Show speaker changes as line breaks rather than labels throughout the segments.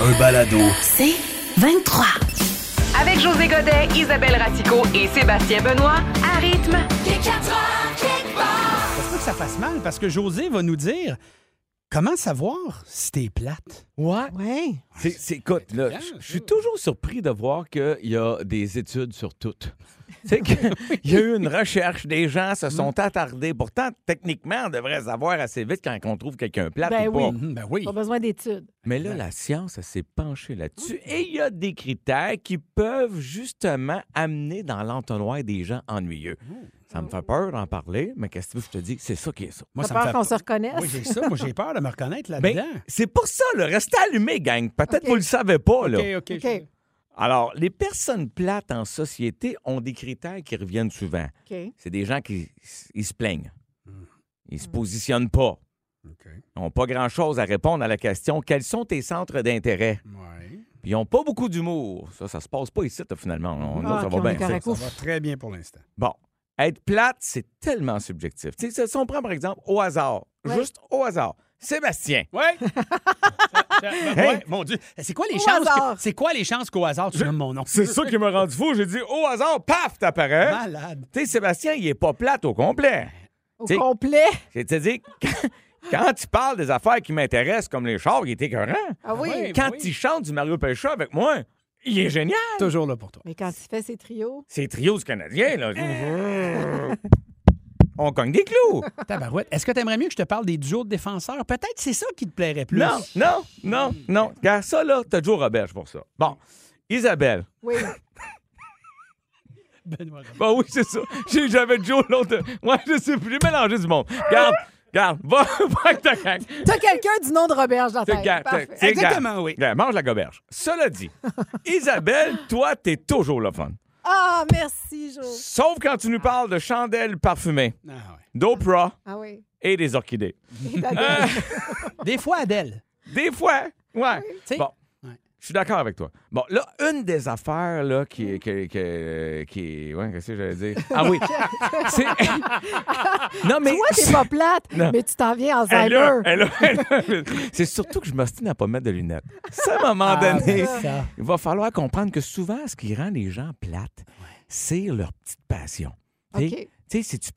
Un balado.
C'est 23.
Avec José Godet, Isabelle Ratico et Sébastien Benoît, à rythme.
C'est pas que ça fasse mal parce que José va nous dire comment savoir si t'es plate.
Ouais.
Ouais.
C'est, c'est- écoute, là, je- je suis toujours surpris de voir qu'il y a des études sur tout. Tu sais que il y a eu une recherche, des gens se sont attardés. Pourtant, techniquement, on devrait savoir assez vite quand on trouve quelqu'un plat
Ben
ou pas.
oui.
Mhm, ben oui.
Pas besoin d'études.
Mais là, la science, elle s'est penchée là-dessus. Et il y a des critères qui peuvent justement amener dans l'entonnoir des gens ennuyeux. Ça me fait peur d'en parler, mais qu'est-ce que tu veux que je te dis? C'est ça qui est ça.
Moi,
T'as peur qu'on
peur.
se reconnaisse?
Oui, j'ai ça. Moi, j'ai peur de me reconnaître
Ben,
là-dedans.
c'est pour ça, le restez allumé, gang. Peut-être que vous le savez pas, là.
OK, OK.
OK.
Alors, les personnes plates en société ont des critères qui reviennent souvent.
OK.
C'est des gens qui ils se plaignent.
Mm.
Ils se positionnent pas.
OK.
Ils n'ont pas grand-chose à répondre à la question quels sont tes centres d'intérêt?
Ouais.
Puis ils n'ont pas beaucoup d'humour. Ça, ça se passe pas ici, là, finalement. On- nous,
Ah,
ça
ok,
va
on
bien.
est correct.
Ça
Ouf.
va très bien pour l'instant.
Bon. Être plate, c'est tellement subjectif. Tu sais, si on prend, par exemple, au hasard,
Ouais.
juste au hasard, Sébastien.
Oui. ben, Mon Dieu. C'est quoi les
Au
chances
hasard.
que- C'est quoi les chances qu'au hasard tu nommes mon nom
C'est ça qui m'a rendu fou. J'ai dit, au hasard, paf, t'apparais.
Malade.
Tu sais, Sébastien, il est pas plate au complet.
Au
T'sais-
complet.
C'est-à-dire, quand, quand tu parles des affaires qui m'intéressent, comme les chars, il est écœurant.
Ah oui.
Ouais.
Quand
Eh oui.
il chante du Mario Pelcha avec moi, il est génial.
Toujours là pour toi.
Mais quand il fait ses trios,
C'est trios canadiens, là. On cogne des clous.
Tabarouette. Est-ce que t'aimerais mieux que je te parle des duos de défenseurs? Peut-être c'est ça qui te plairait plus.
Non, non, non, non. Car ça, là, t'as Joe Roberge pour ça. Bon. Isabelle.
oui.
Benoît.
Bon, Bah oui, c'est ça. J'ai- J'avais Joe l'autre. Ouais, je sais plus. J'ai mélangé du monde. Garde, garde. Va, va avec ta gang.
T'as quelqu'un du nom de Roberge dans ta
T'es gar-
tête.
t'es-
Parfait.
t'es gar-
Ben, Exactement, oui.
Regarde, mange la goberge. Cela dit, Isabelle, toi, t'es toujours le fun.
Ah, merci, Jo.
Sauf quand tu nous parles de chandelles parfumées,
Ah, ouais.
d'Oprah
Ah oui.
et des orchidées.
Et t'as-
Des fois, Adèle.
Des fois, ouais.
sais.
Bon.
Ouais.
Je suis d'accord avec toi. Bon, là, une des affaires, là, qui est. Qui, qui, qui- ouais, qu'est-ce que j'allais dire? Ah oui. C'est. non, mais.
Toi, t'es pas plate,
Non.
mais tu t'en viens en
Elle a-
cyber.
elle a- elle a- C'est surtout que je m'ostine à pas mettre de lunettes. C'est à un moment
Ah,
donné,
c'est Ah, ben, ça.
il va falloir comprendre que souvent, ce qui rend les gens plates, c'est leur petite passion. Tu sais,
OK.
tu sais, si tu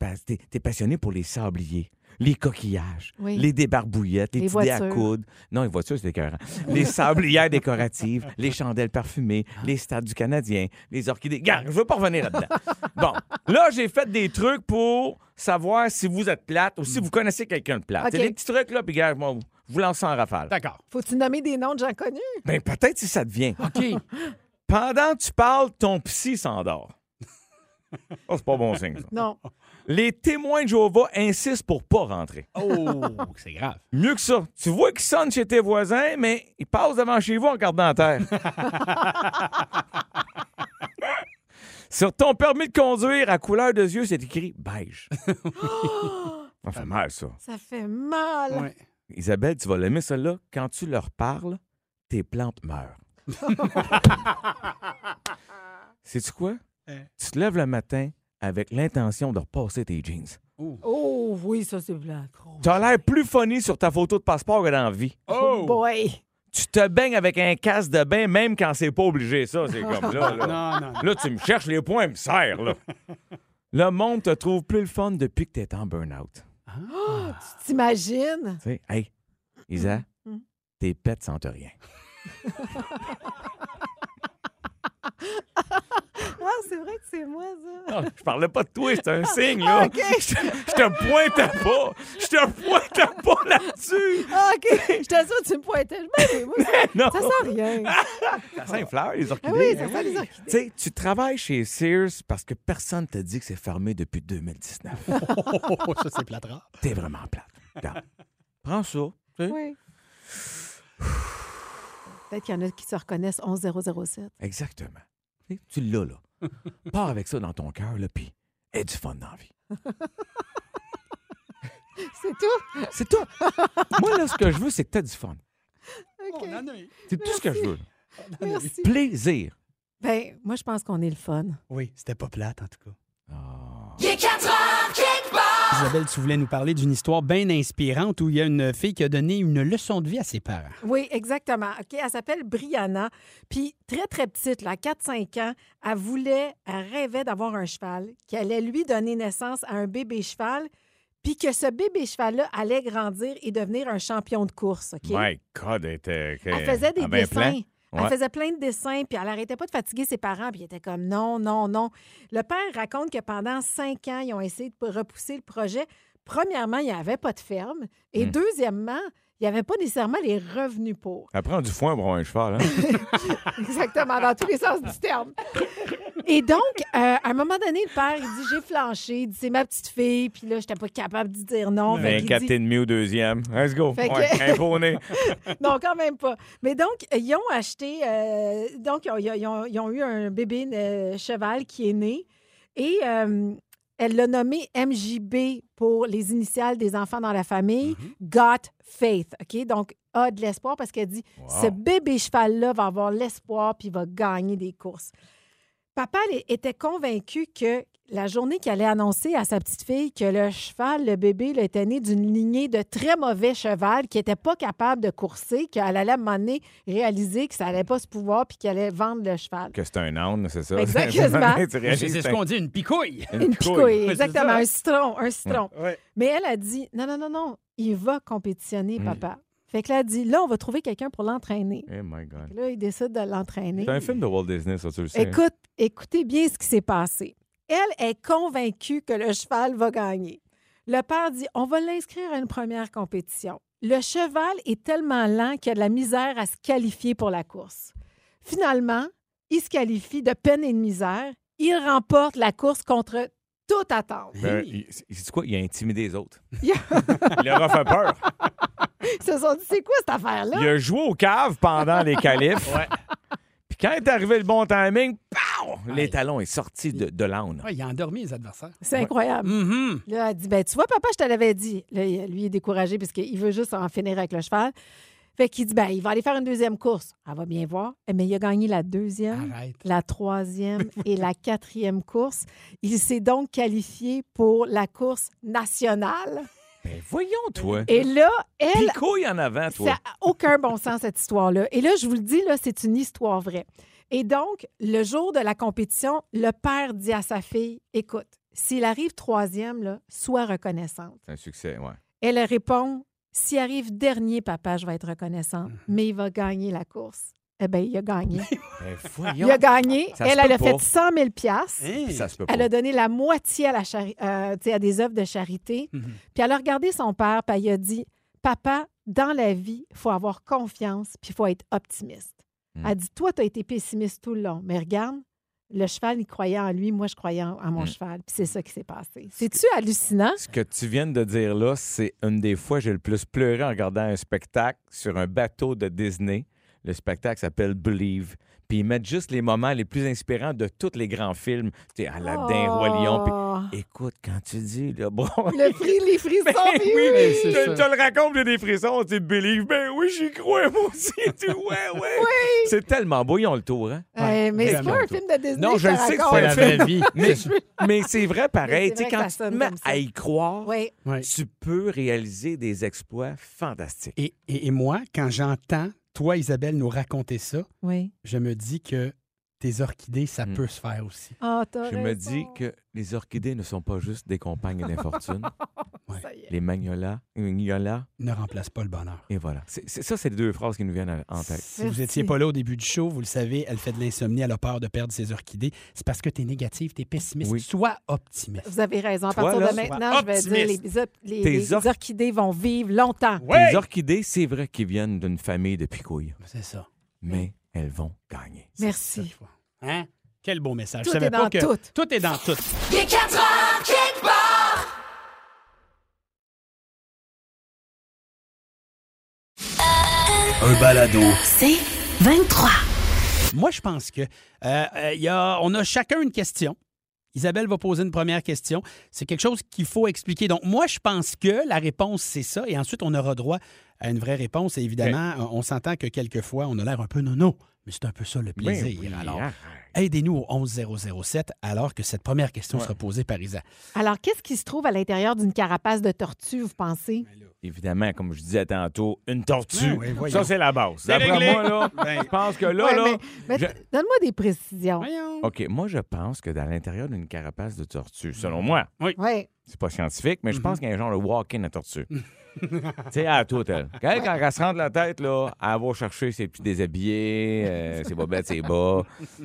es, passionné pour les sabliers, les coquillages,
Oui.
les débarbouillettes, les,
Les
petits dés à
voitures.
coudes. Non, les voitures, c'est écœurant. les sablières décoratives, les chandelles parfumées, les stades du Canadien, les orchidées. Garde, je veux pas revenir là-dedans. bon, là, j'ai fait des trucs pour savoir si vous êtes plate ou si vous connaissez quelqu'un de plate.
OK.
C'est des petits trucs, là, puis garde, moi, je vous lance ça en rafale.
D'accord.
Faut-tu nommer des noms de gens connus?
Ben, peut-être si ça devient.
OK.
Pendant que tu parles, ton psy s'endort. Oh, c'est pas bon signe, ça.
Non.
Les témoins de Jéhovah insistent pour pas rentrer.
Oh, c'est grave.
Mieux que ça. Tu vois qu'ils sonnent chez tes voisins, mais ils passent devant chez vous en regardant la terre. Sur ton permis de conduire, à couleur de yeux, c'est écrit beige. ça fait mal, ça.
Ça fait mal.
Ouais.
Isabelle, tu vas l'aimer, celle-là. Quand tu leur parles, tes plantes meurent. Sais-tu quoi?
Hein?
Tu te lèves le matin avec l'intention de repasser tes jeans.
Oh oui, ça, c'est blanc.
T'as l'air plus funny sur ta photo de passeport que dans la vie.
Oh boy.
tu te baignes avec un casque de bain, même quand c'est pas obligé, ça. C'est comme là. Là,
Non, non, non.
Là, tu me cherches les points, ils me serrent, là. Le monde te trouve plus le fun depuis que t'es en burn-out.
Tu t'imagines?
Tu sais, hey, Isa, tes pets sentent rien.
Ah, c'est vrai que c'est moi, ça.
Non, Ah, je parlais pas de toi, c'est un signe,
Ah,
là. Je, je te pointais pas. Je te pointais pas là-dessus.
Ah, OK. Je t'assure, tu me pointais. Ben oui, moi, ça,
Non. Ah,
ça sent rien.
Ça sent les fleurs, les orchidées. Ben
Ah oui, ça sent les orchidées.
Tu sais, tu travailles chez Sears parce que personne t'a dit que c'est fermé depuis 2019.
Oh, ça, c'est plate rare.
T'es vraiment plate. Regarde. Prends ça. tu sais,
Oui. Peut-être qu'il y en a qui se reconnaissent 11007.
Exactement. Tu sais, tu l'as, là. Pars avec ça dans ton cœur, là, puis aie du fun dans la vie.
C'est tout?
C'est tout. Moi, là, ce que je veux, c'est que tu du fun.
OK.
On en a eu.
C'est tout ce que je veux.
Merci.
Plaisir.
Ben, moi, je pense qu'on est le fun.
Oui, c'était pas plate, en tout cas.
Ah.
Isabelle, tu voulais nous parler d'une histoire bien inspirante où il y a une fille qui a donné une leçon de vie à ses parents.
Oui, exactement. OK, elle s'appelle Brianna. Puis, très, très petite, là, à 4-5 ans, elle voulait, elle rêvait d'avoir un cheval, qui allait lui donner naissance à un bébé cheval, puis que ce bébé cheval-là allait grandir et devenir un champion de course. OK?
My God, elle était.
Elle faisait des
Ah, ben,
dessins.
plein. Ouais.
Elle faisait plein de dessins, puis elle n'arrêtait pas de fatiguer ses parents, puis il était comme non, non, non. Le père raconte que pendant cinq ans, ils ont essayé de repousser le projet. Premièrement, il n'y avait pas de ferme, et
Hmm.
deuxièmement, il n'y avait pas nécessairement les revenus pour.
Elle prend du foin pour un cheval. Hein?
Exactement, dans tous les sens du terme. Et donc, euh, à un moment donné, le père, il dit J'ai flanché, il dit C'est ma petite fille, puis là, j'étais pas capable d'y dire non. Fait qu'il
24
dit-
et demi au deuxième. Let's go.
Fait que-
Ouais, imponé.
Non, quand même pas. Mais donc, euh, ils ont acheté, euh, donc, ils ont, ils ont- ils ont- ils ont eu un bébé euh, cheval qui est né et euh, elle l'a nommé MJB pour les initiales des enfants dans la famille, Got Faith. OK? Donc, a de l'espoir parce qu'elle dit
Wow.
ce bébé cheval-là va avoir l'espoir puis va gagner des courses. Papa elle, était convaincu que la journée qu'il allait annoncer à sa petite fille que le cheval, le bébé, là, était né d'une lignée de très mauvais cheval qui n'était pas capable de courser, qu'elle allait à un moment donné réaliser que ça n'allait pas se pouvoir puis qu'elle allait vendre le cheval.
Que c'est un âne, c'est ça?
Exactement.
Tu
C'est
réalises,
c'est ce
c'est un-
qu'on dit, une picouille.
Une
couille.
picouille,
Ouais, c'est
exactement.
ça.
Un citron, un citron.
Ouais.
Mais elle a dit, non, non, non, non, il va compétitionner,
Mm.
papa. Fait que là, elle a dit, là, on va trouver quelqu'un pour l'entraîner.
Eh my God.
Là, il décide de l'entraîner.
C'est un film de Walt Disney, ça, tu le sais.
Écoute, écoutez bien ce qui s'est passé. Elle est convaincue que le cheval va gagner. Le père dit on va l'inscrire à une première compétition. Le cheval est tellement lent qu'il a de la misère à se qualifier pour la course. Finalement, il se qualifie de peine et de misère. Il remporte la course contre toute attente.
Ben, il- c'est- c'est quoi? Il a intimidé les autres.
Il
Il leur a fait peur.
Ils se sont dit c'est quoi cette affaire-là?
Il a joué aux caves pendant les qualifs. Puis quand est arrivé le bon timing, pow!
Aïe.
Les talons est sorti de, de l'âne.
Ouais, Ah, il a endormi les adversaires.
C'est incroyable.
Mm-hmm.
Mhm.
Là, elle dit ben, Tu vois, papa, je te l'avais dit. Là, il- lui, il est découragé parce qu'il veut juste en finir avec le cheval. Fait qu'il dit ben, Il va aller faire une deuxième course. Elle va bien voir. Eh, Mais il a gagné la deuxième,
Arrête.
la troisième et la quatrième course. Il s'est donc qualifié pour la course nationale.
Ben voyons, toi.
Et là, elle,
Picouille en avant,
ça
toi.
n'a aucun bon sens, cette histoire-là. Et là, je vous le dis, là, c'est une histoire vraie. Et donc, le jour de la compétition, le père dit à sa fille Écoute, s'il arrive troisième, là, sois reconnaissante.
C'est un succès, ouais.
Elle répond S'il arrive dernier, papa, je vais être reconnaissante,
Mhm.
mais il va gagner la course. Eh bien, il a gagné.
Ben
Il
voyons.
a gagné.
Ça se
elle,
peut
elle a
pas. Hein?
fait 100 000 piastres.
Hey.
Ça se peut pas.
Elle a donné la moitié à, la chari- euh, tu sais, à des œuvres de charité.
Mhm.
Puis elle a regardé son père, puis elle a dit Papa, dans la vie, il faut avoir confiance, puis il faut être optimiste.
Mm.
Elle dit Toi, tu as été pessimiste tout le long, mais regarde, le cheval, il croyait en lui, moi, je croyais en, en mon
Mm.
cheval. Puis c'est ça qui s'est passé. C'est-tu hallucinant?
Ce que tu viens de dire là, c'est une des fois que j'ai le plus pleuré en regardant un spectacle sur un bateau de Disney. Le spectacle s'appelle Believe. Puis ils mettent juste les moments les plus inspirants de tous les grands films. Tu sais, Aladdin, Roi Lion. puis-
Oh.
Écoute, quand tu dis, là, bon.
Le fri- les frissons,
Ben
puis oui.
Ben,
Tu
c'est ça.
te le racontes, j'ai des frissons, tu sais, believe. Ben oui, j'y crois, moi aussi. Tu, ouais, ouais. C'est tellement beau, ils ont le tour, hein?
Eh, mais c'est
vraiment.
pas un film de Disney.
Non, je
te
le sais
C'est
que
raconte.
la vraie vie.
Mais, mais c'est vrai
Mais
pareil.
c'est
Tu sais,
vrai
quand
que
tu
ça
te
sonne
mets
comme ça.
à y croire,
Oui.
Ouais.
tu peux réaliser des exploits fantastiques.
Et, et- et moi, quand j'entends toi, Isabelle, nous raconter ça,
Oui.
je me dis que tes orchidées, ça
Mm.
peut se faire aussi.
Ah, t'as
Je me
raison.
dis que les orchidées ne sont pas juste des compagnes d'infortune.
Ça y est.
les magnolas, magnolas,
Ne remplace pas le bonheur.
et voilà. C'est- c'est- ça, c'est les deux phrases qui nous viennent à- en tête.
Si vous n'étiez
Merci.
pas là au début du show, vous le savez, elle fait de l'insomnie, elle a peur de perdre ses orchidées. C'est parce que tu es négative, tu es pessimiste.
Oui.
Sois optimiste.
Vous avez raison. À
Toi,
partir
là,
de maintenant, je vais dire les, bisop- les-
Tes
les
orch-
orchidées vont vivre longtemps.
Les orchidées, c'est vrai qu'ils viennent d'une famille de picouilles,
C'est ça.
mais elles vont gagner.
C'est ça,
Merci.
toi. Hein? Quel beau message.
Tout
Je savais
est
pas
dans
que
tout.
Tout est dans tout.
Un balado.
C'est 23.
Moi, je pense que euh, euh, il y a- on a chacun une question. Isabelle va poser une première question. C'est quelque chose qu'il faut expliquer. Donc, moi, je pense que la réponse, c'est ça. Et ensuite, on aura droit à une vraie réponse. Et évidemment, on- on s'entend que quelquefois, on a l'air un peu nono. Mais c'est un peu ça le plaisir.
Ben Oui, oui,
Alors,
ah.
aidez-nous au 11007 alors que cette première question sera posée par Isa.
Alors, qu'est-ce qui se trouve à l'intérieur d'une carapace de tortue, vous pensez?
Évidemment, comme je disais tantôt, une tortue.
Ouais, ouais, voyons.
ça, Ben c'est la base.
C'est
D'après
réglé.
moi, là,
Ben.
je pense que là,
Ouais,
là.
mais- mais
je-
Donne-moi des précisions. Oui.
OK, moi, je pense que dans l'intérieur d'une carapace de tortue, selon moi,
Ouais.
c'est pas scientifique, mais je
Mhm.
pense qu'il y a un genre de walk-in à tortue. tu sais, à toute, elle. Quand, elle- quand elle se rentre la tête, là, elle va chercher ses petits déshabillés, euh, ses bobettes, ses bas,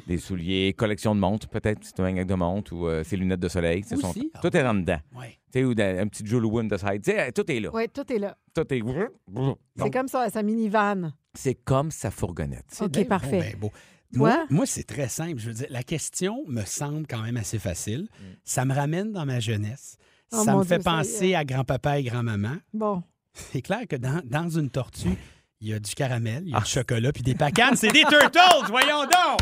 des souliers, collection de montres, peut-être, c'est un gag de montres, ou euh, ses lunettes de soleil. c'est
Aussi, ah.
Tout est en dedans.
Ouais.
Tu sais, ou dans- un petit Jules Woon de side. Tu sais, euh, tout est là.
Ouais, tout est là.
Tout est.
C'est comme ça, sa minivan.
C'est comme sa fourgonnette.
OK,
Ben, bon,
parfait.
Oh,
ben, beau.
Toi?
Moi, moi, c'est très simple. Je veux dire, la question me semble quand même assez facile.
Mm.
Ça me ramène dans ma jeunesse.
Oh,
ça
mon
me fait
Dieu, ça y est.
penser à grand-papa et grand-maman.
ben.
Bon.
C'est clair que dans, dans une tortue, il y a du caramel, il
Ah.
y a du chocolat, puis des pacanes. C'est des turtles, voyons donc!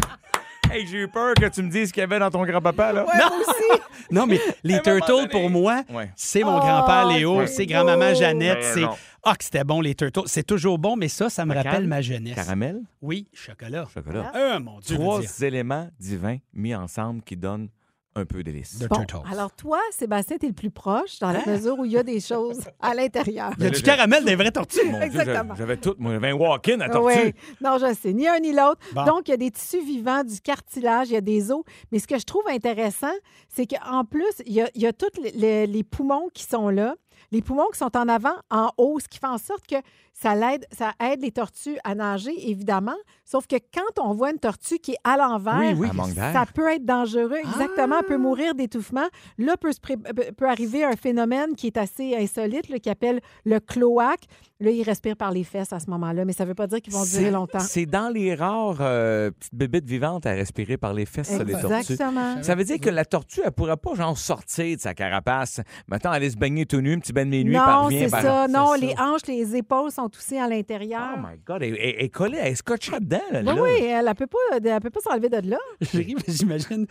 Hey, j'ai eu peur que tu me dises ce qu'il y avait dans ton grand-papa, là.
non. non, mais les
un moment
turtles,
donné.
pour moi,
Ouais.
c'est mon grand-père
Oh,
Léo,
c'est
c'est grand-maman
beau.
Jeannette,
Ben
c'est...
non.
Ah, que c'était bon, les turtles. C'est toujours bon, mais ça, ça me
Pacane,
rappelle ma jeunesse.
Caramel,
Oui, chocolat.
chocolat.
Ah, mon Dieu, je
Trois
veux dire,
éléments divins mis ensemble qui donnent un peu délice.
de
Bon,
turtles.
alors toi, Sébastien, t'es le plus proche dans
Hein?
la mesure où il y a des choses à l'intérieur.
Il y a
Ben là,
du
j'ai-
caramel des vraies tortues.
Mon Dieu,
Exactement.
j'a- J'avais tout. Moi, j'avais un walk-in à tortue.
Oui, non, je sais, ni un ni l'autre.
Bon.
Donc, il y a des tissus vivants, du cartilage, il y a des os. Mais ce que je trouve intéressant, c'est qu'en plus, il y a, il y a tous les, les- les poumons qui sont là, les poumons qui sont en avant, en haut, ce qui fait en sorte que ça l'aide, ça aide les tortues à nager, évidemment. Sauf que quand on voit une tortue qui est à l'envers,
Elle manque d'air.
Ah, ça peut être dangereux, exactement.
Ah!
Elle peut mourir d'étouffement. Là, peut, se pré- euh, peut- peut arriver un phénomène qui est assez insolite, là, qui appelle le cloaque. Là, ils respirent par les fesses à ce moment-là, mais ça ne veut pas dire qu'ils vont
C'est-
durer longtemps.
C'est dans les rares euh, petites bébites vivantes à respirer par les fesses, ça, les tortues.
Exactement.
Ça veut dire que la tortue, elle pourra pas, genre, sortir de sa carapace. Maintenant, aller se baigner tout nu, un petit bain de minuit, par
Non,
bien,
c'est
par...
ça. Non,
c'est
les
ça.
hanches, les épaules sont aussi à l'intérieur.
Oh my God, elle, elle- elle est collée, elle est scotchée dedans, là.
Ben
là.
oui, elle ne peut pas elle peut pas s'enlever de là.
Je ris, mais J'imagine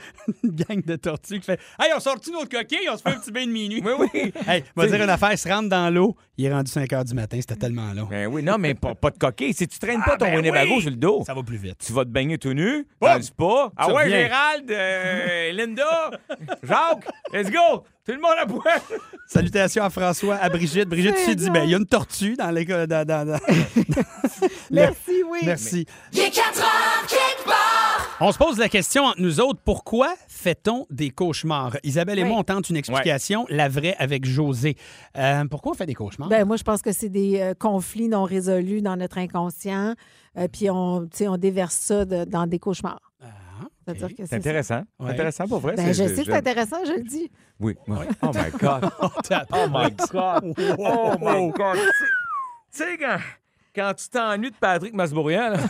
une gang de tortues qui fait Hey, on sortit notre coquille, on se fait un petit bain de minuit.
Oui, oui.
Hey, on va dire une affaire, se rentre dans l'eau, il est rendu 5 h du matin, c'était tellement long.
Ben oui, non, mais pas, pas de coquille. Si tu traînes pas
Ah,
ton
ben
Winnebago
oui!
sur le dos,
Ça va plus vite.
tu vas te baigner tout nu, dans le spa. Ah
Tu
ouais,
reviens.
Gérald, euh, Linda, Jacques, let's go! Tout le monde à poil!
Salutations à François, à Brigitte. Brigitte, tu t'es dit, ben, il y a une tortue dans l'école. dans- dans- dans-
Merci, oui.
Merci. On se pose la question entre nous autres, pourquoi fait-on des cauchemars? Isabelle et
Oui.
moi, on tente une explication, la vraie avec José. Euh, pourquoi on fait des
Ah.
cauchemars?
Ben, moi, je pense que c'est des euh, conflits non résolus dans notre inconscient, euh, puis on, tu sais, on déverse ça de- dans des cauchemars. C'est-à-dire que
Ah, C'est
c'est ça.
intéressant. C'est
Ouais.
Intéressant pour vrai.
Ben,
c'est-
je sais que c'est intéressant, je le dis.
Oui. oui. Oh my God.
oh my God!
Oh my God. Tu sais, quand, quand tu t'ennuies de Patrick Masbourian, là,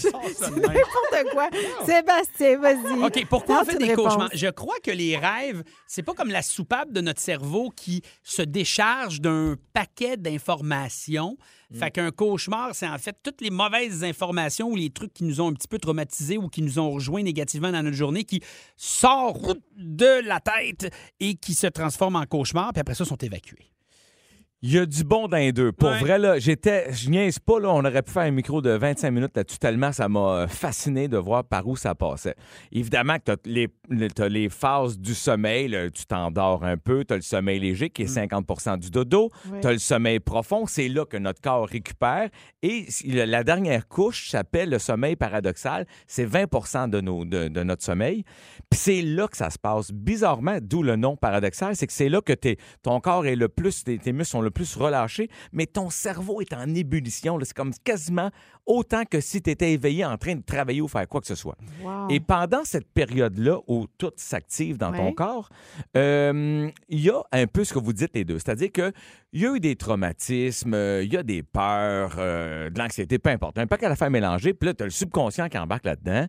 N'importe quoi. Sébastien, vas-y.
OK, pourquoi on
Tente
fait
une
des
réponse.
cauchemars? Je crois que les rêves, c'est pas comme la soupape de notre cerveau qui se décharge d'un paquet d'informations.
Mm.
Fait qu'un cauchemar, c'est en fait toutes les mauvaises informations ou les trucs qui nous ont un petit peu traumatisés ou qui nous ont rejoints négativement dans notre journée qui sortent de la tête et qui se transforment en cauchemar, puis après ça, sont évacués.
Il y a du bon dans les deux. Pour
Ouais.
vrai, là, j'étais, je niaise pas, là, on aurait pu faire un micro de 25 minutes là-dessus tellement ça m'a euh, fasciné de voir par où ça passait. Évidemment que t'as les, le- t'as les phases du sommeil, là, tu t'endors un peu, t'as le sommeil léger qui est 50 du dodo,
Ouais.
t'as le sommeil profond, c'est là que notre corps récupère et si- le- la dernière couche s'appelle le sommeil paradoxal, c'est 20 de, nos, de, de notre sommeil. Puis c'est là que ça se passe. Bizarrement, d'où le nom paradoxal, c'est que c'est là que t'es- ton corps est le plus, tes, tes muscles sont le plus relâchés, mais ton cerveau est en ébullition. là. C'est comme quasiment autant que si tu étais éveillé en train de travailler ou faire quoi que ce soit.
Wow.
Et pendant cette période-là où tout s'active dans ton
Ouais.
corps, euh, il y a un peu ce que vous dites les deux. C'est-à-dire que il y a eu des traumatismes, euh, il y a des peurs, euh, de l'anxiété, peu importe. Un paquet d'affaires mélangées, puis là, tu as le subconscient qui embarque là-dedans.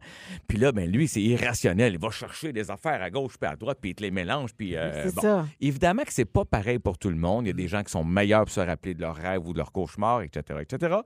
Puis là, ben lui, c'est irrationnel. Il va chercher des affaires à gauche puis à droite, puis il te les mélange. Puis, euh,
C'est
bon.
ça.
Évidemment que c'est pas pareil pour tout le monde. Il y a des gens qui sont meilleurs pour se rappeler de leurs rêves ou de leurs cauchemars, etc., etc.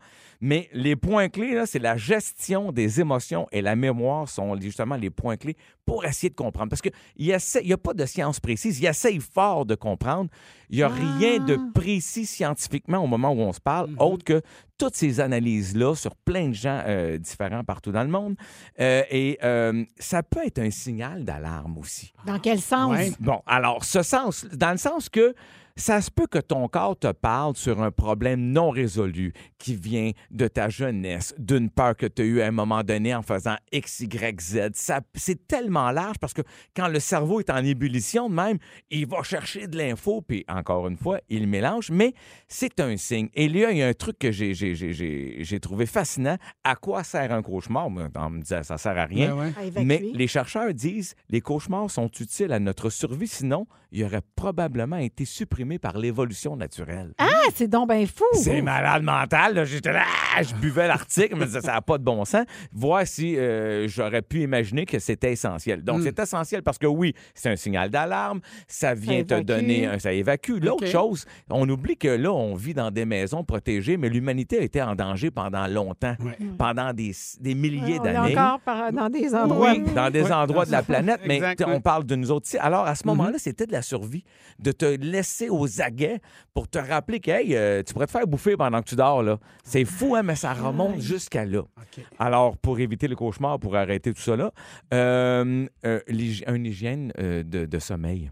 Mais les points clés, là, c'est la gestion des émotions et la mémoire sont justement les points clés pour essayer de comprendre. Parce qu'il n'y a pas de science précise. Il essaye fort de comprendre. Il n'y a rien de précis scientifiquement au moment où on se parle, autre que toutes ces analyses-là sur plein de gens euh, différents partout dans le monde. Euh, et euh, ça peut être un signal d'alarme aussi.
Dans quel sens?
Ouais.
Bon, alors, ce sens, dans le sens que ça se peut que ton corps te parle sur un problème non résolu qui vient de ta jeunesse, d'une peur que tu as eue à un moment donné en faisant X, Y, Z. Ça- C'est tellement large parce que quand le cerveau est en ébullition, de même, il va chercher de l'info, puis encore une fois, il mélange, mais c'est un signe. Et là, il y a un truc que j'ai- j'ai- j'ai j'ai- j'ai trouvé fascinant. À quoi sert un cauchemar? Moi, On me disait, ça sert à rien.
Ouais, ouais.
À évacuer.
Mais les chercheurs disent les cauchemars sont utiles à notre survie, sinon ils auraient probablement été supprimés par l'évolution naturelle.
Ah, c'est donc ben fou!
C'est malade mental. là. J'étais là, ah, je buvais l'article, mais ça n'a pas de bon sens. Voir si euh, j'aurais pu imaginer que c'était essentiel.
Mm.
Donc, c'est essentiel parce que oui, c'est un signal d'alarme, ça vient te
évacue.
donner, un- ça évacue. L'autre
OK.
chose, on oublie que là, on vit dans des maisons protégées, mais l'humanité a été en danger pendant longtemps,
Ouais.
pendant des, des milliers
Ah, on est
d'années.
encore par- dans des endroits.
Oui, euh, dans des
Oui.
endroits de la planète, mais
Exact, Mm-hmm.
t-
oui.
on parle de nous autres. ici. Alors, à ce moment-là, c'était de la survie, de te laisser aux aguets pour te rappeler que, hey, euh, tu pourrais te faire bouffer pendant que tu dors. là. C'est fou, hein, mais ça remonte jusqu'à là.
OK.
Alors, pour éviter le cauchemar, pour arrêter tout ça, là, euh, euh, l'hygi- une hygiène euh, de, de sommeil.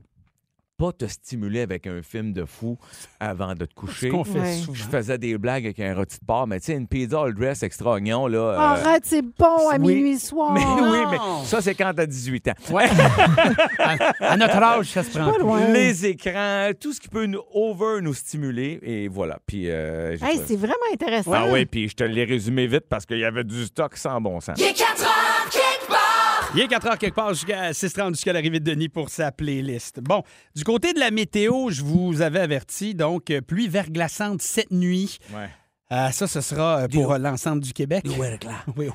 Pas te stimuler avec un film de fou avant de te coucher.
Qu'on fait
Ouais.
souvent.
Je faisais des blagues avec un rôti de porc, mais tu sais, une pizza all dress extra oignon, là... euh,
Arrête, c'est bon à
oui.
minuit soir.
mais oui,
oh, non!
mais ça, c'est quand t'as 18 ans.
Ouais. à, à notre âge, ça se prend.
Pas
plus.
loin.
Les écrans, tout ce qui peut nous over nous stimuler. Et voilà. Puis, euh, j'ai
Hey,
trouvé-
c'est vraiment intéressant.
ah oui, puis je te l'ai résumé vite parce qu'il y avait du stock sans bon sens.
Il est 4 heures quelque part jusqu'à 6h30 jusqu'à l'arrivée de Denis pour sa playlist. Bon, du côté de la météo, je vous avais averti, donc euh, pluie verglaçante cette nuit.
Ouais.
Euh, ça, ce sera euh, pour euh, l'ensemble du Québec. Oui,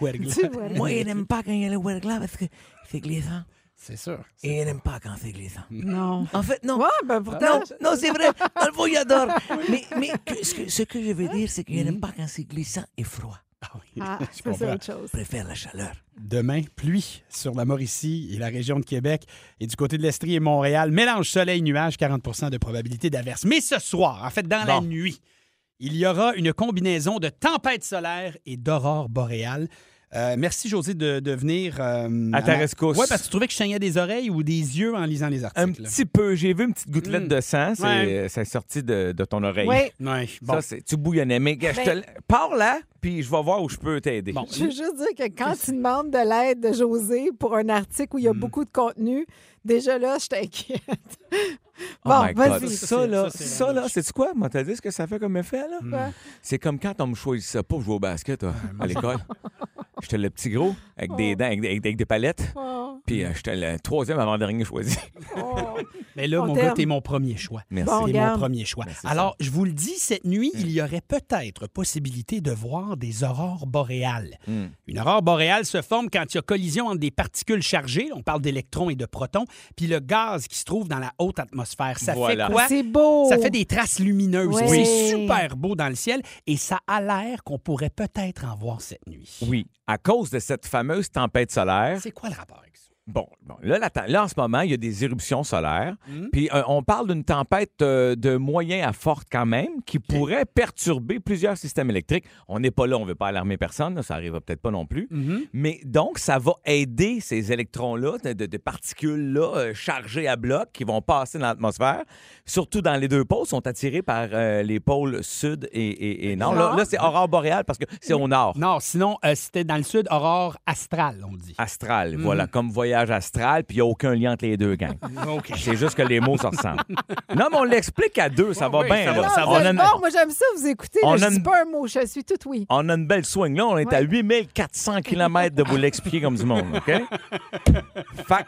verglas.
Moi, il n'aime pas quand il y a le verglas parce que c'est glissant.
C'est sûr.
Et il n'aime pas quand c'est glissant.
Non.
En fait, non.
Ouais, ben
Non,
pourtant,
non, c'est vrai. Dans le fond, il adore. Mais, mais que- ce, que, ce que je veux dire, c'est qu'il n'aime pas quand c'est glissant et froid.
ah,
Je
ça, c'est
comprends.
autre chose.
Il préfère la chaleur.
Demain, pluie sur la Mauricie et la région de Québec. Et du côté de l'Estrie et Montréal, mélange soleil-nuage, 40 de probabilité d'averse. Mais ce soir, en fait, dans la
Bon.
nuit, il y aura une combinaison de tempête solaire et d'aurore boréale. Euh, merci, José, de, de venir. euh,
À ta
ma-
rescousse.
Ouais, parce que tu trouvais que je saignais des oreilles ou des yeux en lisant les
Un
articles.
petit peu. J'ai vu une petite gouttelette
Mm.
de sang. C'est, euh,
Ouais.
c'est sorti de, de ton oreille.
Oui,
Ouais,
Ça,
bon.
c'est, tu bouillonnais. Mais gars, je te
Ben-
la- pars là, puis je vais voir où je peux t'aider.
Bon.
je veux juste dire que quand tu demandes de l'aide de José pour un article où il y a
Hmm.
beaucoup de contenu, déjà là, je t'inquiète.
Oh
bon,
my God.
vas-y.
Ça, là,
ça,
ça,
c'est
là, c'est quoi? Moi, t'as dit ce que ça fait comme effet, là?
Quoi?
C'est comme quand on me choisissait pas pour jouer au basket toi, à l'école. J'étais le petit gros avec des dents, avec des, avec des palettes.
Oh,
Puis euh, j'étais le troisième avant-dernier choisi.
oh.
Mais là,
On
mon gars,
t'aime.
t'es mon premier choix.
Merci.
Bon,
C'est mon
Oh, regarde.
premier choix.
Ben, c'est Hein.
Alors, je vous le dis, cette nuit, il y aurait peut-être possibilité de voir des aurores boréales.
Mm.
Une aurore boréale se forme quand il y a collision entre des particules chargées, on parle d'électrons et de protons, puis le gaz qui se trouve dans la haute atmosphère. Ça
Voilà.
fait quoi?
C'est beau.
Ça fait des traces lumineuses.
Ouais.
C'est super beau dans le ciel et ça a l'air qu'on pourrait peut-être en voir cette nuit.
Oui, à cause de cette fameuse tempête solaire.
C'est quoi le rapport avec ça?
Bon, bon, là, la te- là, en ce moment, il y a des éruptions solaires.
Mm.
Puis euh, on parle d'une tempête euh, de moyen à forte quand même qui pourrait perturber plusieurs systèmes électriques. On n'est pas là, on ne veut pas alarmer personne, là, ça arrive peut-être pas non plus. Mais donc, ça va aider ces électrons-là, de, de- de particules-là euh, chargées à bloc qui vont passer dans l'atmosphère. Surtout dans les deux pôles, sont attirés par euh, les pôles sud et, et- et nord. Là, là, c'est aurore boréale parce que c'est au nord.
Non, sinon, euh, c'était dans le sud, aurore astrale, on
Ah.
dit. Mhm.
Astral, voilà, comme voyage astral, puis il n'y a aucun lien entre les deux gangs.
OK.
C'est juste que les mots se ressemblent. Non, mais on l'explique à deux, ça va
Ah oui,
bien.
ça va,
là.
Non,
on,
vous
a une,
êtes bon, moi j'aime ça vous écoutez.
On
là, je
a
ne dis
une-
pas un mot, je suis tout oui.
on a une belle swing. Là, on est à
Ouais.
8400 km de vous l'expliquer comme du monde, OK? Fait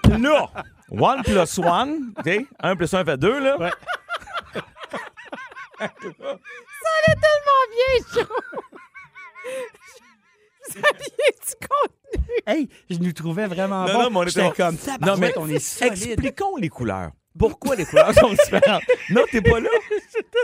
que là, one plus one, OK? Un plus un fait deux, là. spectacle-là.
Ça allait tellement bien, chaud! Vous aviez du contenu!
Hey, je nous trouvais vraiment
Non,
bons.
non, mais on était
Ah J'étais
bon.
comme,
Non, mais
on est solide.
expliquons les couleurs. Pourquoi les couleurs sont différentes? Non, t'es pas là.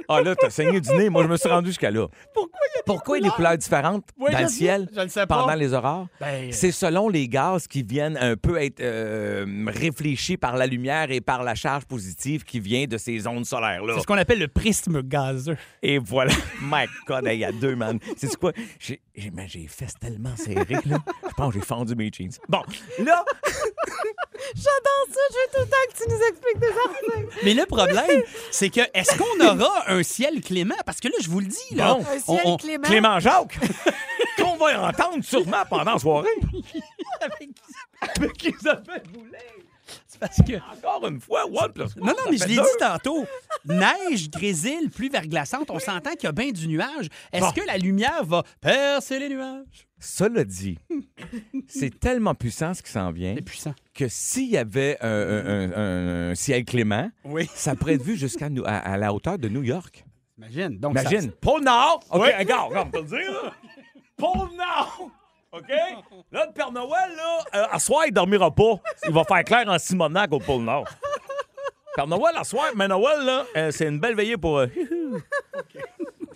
Ah là, t'as saigné du nez. Moi, je me suis rendu jusqu'à là.
Pourquoi il y a
Pourquoi il y a des couleurs différentes
Ouais,
dans
je
le
sais,
ciel
je le sais pas.
pendant les aurores?
Ben, euh,
C'est selon les gaz qui viennent un peu être euh, réfléchis par la lumière et par la charge positive qui vient de ces ondes solaires-là.
C'est ce qu'on appelle le prisme gazeux.
Et voilà. My God, hey, il y a deux, man. C'est quoi? J'ai j'ai- man, j'ai les fesses tellement serrées, là. Je pense que j'ai fendu mes jeans. Bon, là,
J'adore ça, je veux tout le temps que tu nous expliques des articles.
Mais le problème, c'est que est-ce qu'on aura un ciel clément? Parce que là, je vous le dis, là,
Bon.
Un
on-
ciel
on-
clément.
Clément Jacques, qu'on va entendre sûrement pendant la soirée. Avec Isabelle Boulay.
c'est parce que...
Encore une fois, one plus one,
Non, non, mais je
ça fait
l'ai dit
Ben, deux.
tantôt. Neige, grésil, pluie verglaçante, on s'entend qu'il y a bien du nuage. Est-ce
Bon.
que la lumière va percer les nuages?
Cela dit, c'est tellement puissant ce qui s'en vient
C'est puissant.
que s'il y avait euh, un, un- un ciel clément,
Oui.
ça pourrait être vu jusqu'à nous- à- à la hauteur de New York.
Imagine. Donc,
Imagine, pôle Nord. OK, regarde, regarde, on peut le dire, là. Pôle Nord. OK? Là, le Père Noël, là, euh, à soir, il dormira pas. Il va faire clair en Simonac au pôle Nord. Père Noël, à soir, mais Noël, là, euh, c'est une belle veillée pour. euh,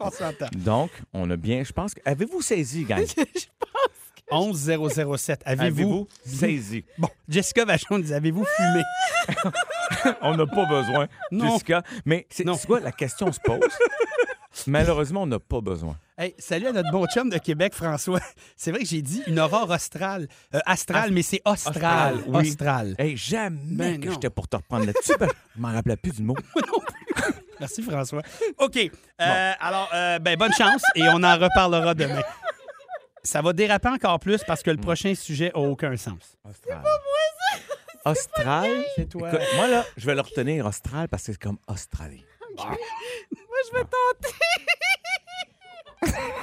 Ça, on s'entend.
Donc, on a bien. Je pense que. Avez-vous saisi, gang?
11 007. Avez-vous...
Avez-vous saisi?
bon, Jessica Vachon nous avez-vous fumé?
On n'a pas besoin,
Non.
Jessica. Mais c'est
Non.
c'est quoi la question se pose? Malheureusement, on n'a pas besoin.
Hey, salut à notre bon chum de Québec, François. C'est vrai que j'ai dit une aurore australe. Euh, astrale, mais c'est australe. Australe.
Ah oui. Hey, jamais
Ben
que
non.
j'étais pour te reprendre là-dessus. ben, je m'en rappelais plus du mot.
Merci, François. OK. euh, Alors, euh, ben, bonne chance et on en reparlera demain. Ça va déraper encore plus parce que le prochain sujet n'a aucun sens.
Austral. Austral.
C'est toi.
Écoute, moi, là, je vais le retenir Austral parce que c'est comme Australie.
Moi, je vais tenter.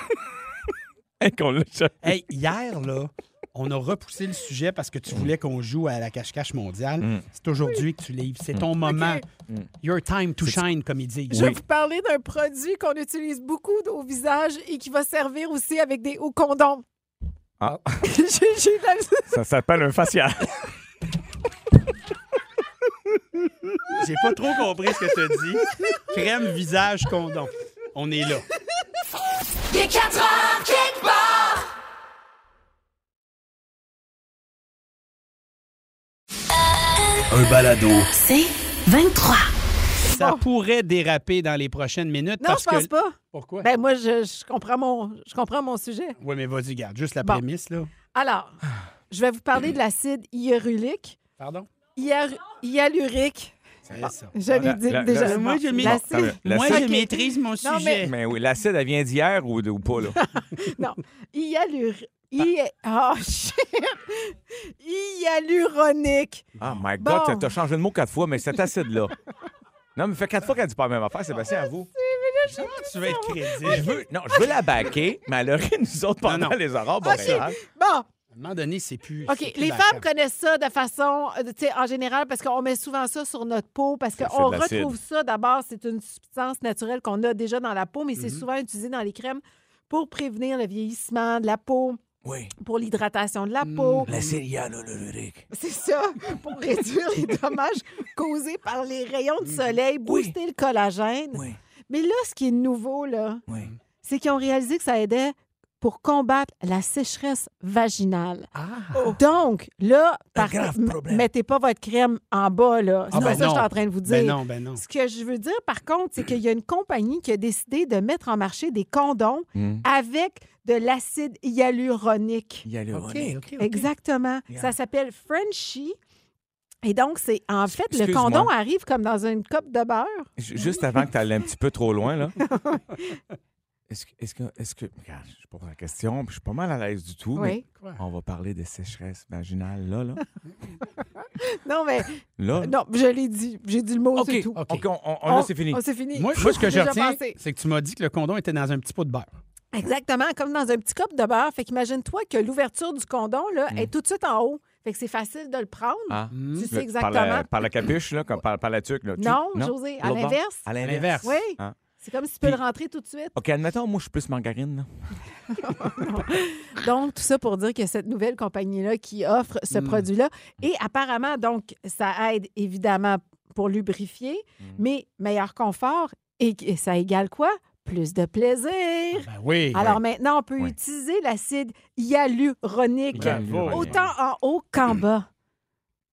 Hey, hier, là, on a repoussé le sujet parce que tu voulais qu'on joue à la cache-cache mondiale. C'est aujourd'hui que tu livres. C'est ton moment. Your time to shine, comme ils disent.
Je vais vous parler d'un produit qu'on utilise beaucoup au visage et qui va servir aussi avec des hauts condoms.
Ah.
j'ai j'ai eu de la
Ça s'appelle un facial.
J'ai pas trop compris ce que tu as dit. Crème, visage, condom. On est là.
Un balado.
C'est 23.
Ça pourrait déraper dans les prochaines minutes.
Non,
parce
je pense
que...
pas.
Pourquoi?
Ben moi, je, je comprends mon, je comprends mon sujet.
Oui, mais vas-y, garde juste la
Bon.
prémisse, là.
Alors, je vais vous parler de l'acide hyalurulique.
Pardon?
Hyar- hyalurique.
C'est ça.
J'avais dit
la-
déjà.
la-
Moi, je mets-
L'acide-
Bon, la-
Moi,
la-
je
Ok.
maîtrise mon
Non,
sujet.
Mais oui, l'acide, elle vient d'hier ou, ou pas, là?
Non. Hyalur... hy- Oh, shit. Hyaluronique.
Ah, my
Bon.
God, t'as- t'as changé de mot quatre fois, mais cet acide-là. Non, mais fait quatre fois qu'elle dit pas la même affaire, Sébastien, à
Ah,
vous.
Comment tu veux être crédible?
Je veux, non, je veux la baquer, mais elle aurait nous autres pendant
Non, non.
les aurores
Ok.
boréales.
Bon,
À un moment donné, c'est plus. c'est
OK.
plus
Les
baquant.
femmes connaissent ça de façon, euh, tu sais, en général, parce qu'on met souvent ça sur notre peau, parce
Ça fait
qu'on
de l'acide.
retrouve ça. D'abord, c'est une substance naturelle qu'on a déjà dans la peau, mais c'est souvent utilisé dans les crèmes pour prévenir le vieillissement de la peau,
Oui,
pour l'hydratation de la peau.
la céréale olorifique.
C'est ça, pour réduire les dommages causés par les rayons du soleil,
Oui.
booster le collagène.
Oui,
Mais là, ce qui est nouveau, là,
oui.
c'est qu'ils ont réalisé que ça aidait pour combattre la sécheresse vaginale. Donc, là, par...
grave
m-
problème.
mettez pas votre crème en bas, là. C'est
Ah,
pas
ben
ça que je suis
non.
en train de vous dire.
Ben non, ben non.
Ce que je veux dire, par contre, c'est qu'il y a une compagnie qui a décidé de mettre en marché des condoms
Hmm.
avec de l'acide hyaluronique.
Il y a le
OK,
honey.
OK, OK.
Exactement.
Yeah.
Ça s'appelle Frenchie. Et donc, c'est en fait, le
Excuse-moi.
condom arrive comme dans une coupe de beurre.
Ju- Juste avant que tu un petit peu trop loin, là. Est-ce que, est-ce que, est-ce que, regarde, je pose la question, puis je suis pas mal à l'aise du tout, mais
Oui.
on va parler de sécheresse vaginale, là, là.
Non, mais
Là,
Euh, non, je l'ai dit. J'ai dit le mot,
Ah. OK,
c'est tout.
OK, on, on- on- Ah, là, c'est fini.
On s'est fini.
Moi, moi, ce que je
Déjà
retiens,
passé.
c'est que tu m'as dit que le condom était dans un petit pot de beurre.
Exactement, comme dans un petit cup de beurre. Fait qu'imagine-toi que l'ouverture du condom là, est tout de suite en haut. Fait que c'est facile de le prendre.
Ah.
Tu
Mm.
sais
Le-
exactement.
Par la, par la capuche, là, comme par, par la tuque, là. Tu-
Non, José, à
L'autre bord?
l'inverse.
À
l'inverse.
l'inverse.
Oui.
Ah.
C'est comme si tu peux
Puis-
le rentrer tout de suite.
OK, admettons, moi, je suis plus margarine. là.
Donc, tout ça pour dire que cette nouvelle compagnie-là qui offre ce
Mm.
produit-là, et apparemment, donc, ça aide évidemment pour lubrifier,
Mm.
mais meilleur confort, et, et ça égale quoi? Plus de plaisir.
Ben oui.
Alors maintenant, on peut
Oui.
utiliser l'acide hyaluronique,
Bravo.
Hyaluronique.
autant en haut
Mm.
qu'en bas.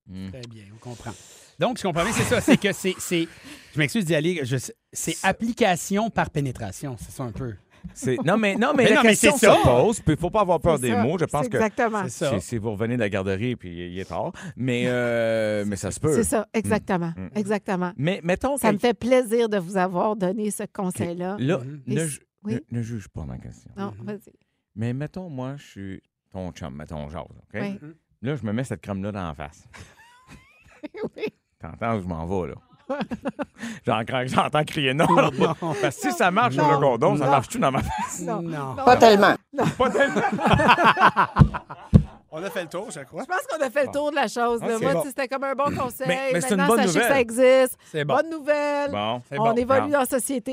Mm. Très bien, on comprend. Donc, ce qu'on permet, c'est ça, c'est que c'est. c'est- Je m'excuse d'y aller. je- C'est application par pénétration, c'est ça un peu.
C'est- Non, mais, non, mais,
Mais
la
non, mais
question
c'est ça.
se pose, puis il faut pas avoir peur
C'est
des
ça,
mots. Je pense
c'est
que
Exactement.
Ah. C'est ça.
si- si vous revenez de la garderie, puis il est tard, mais, euh, mais ça se peut.
C'est ça, exactement.
Mm.
Exactement.
Mais mettons
Ça
que-
me fait plaisir de vous avoir donné ce conseil-là.
Là,
Mhm.
ne,
Et-
ju-
Mmh. oui.
ne- ne juge pas ma question.
Non,
Mhm.
vas-y.
Mais mettons, moi, je suis ton chum, mettons, Jacques, OK?
Oui.
Là, je me mets cette crème-là dans la face.
Oui.
T'entends où je m'en vais, là? J'en crains- J'entends crier non. là. Parce que si ça marche sur
Non.
le condom, ça
Non.
marche-tu dans ma face?
Non.
Non.
Pas
tellement.
Pas tellement.
On a fait le tour, je crois.
Je pense qu'on a fait le tour de la chose. là.
Ah, c'est
Moi,
bon.
tu sais, c'était comme un bon conseil.
Mais- mais c'est une
Maintenant,
bonne
sachez que ça
nouvelle.
existe.
C'est bon.
Bonne nouvelle.
Bon.
C'est
On
bon.
évolue
Non.
dans la société.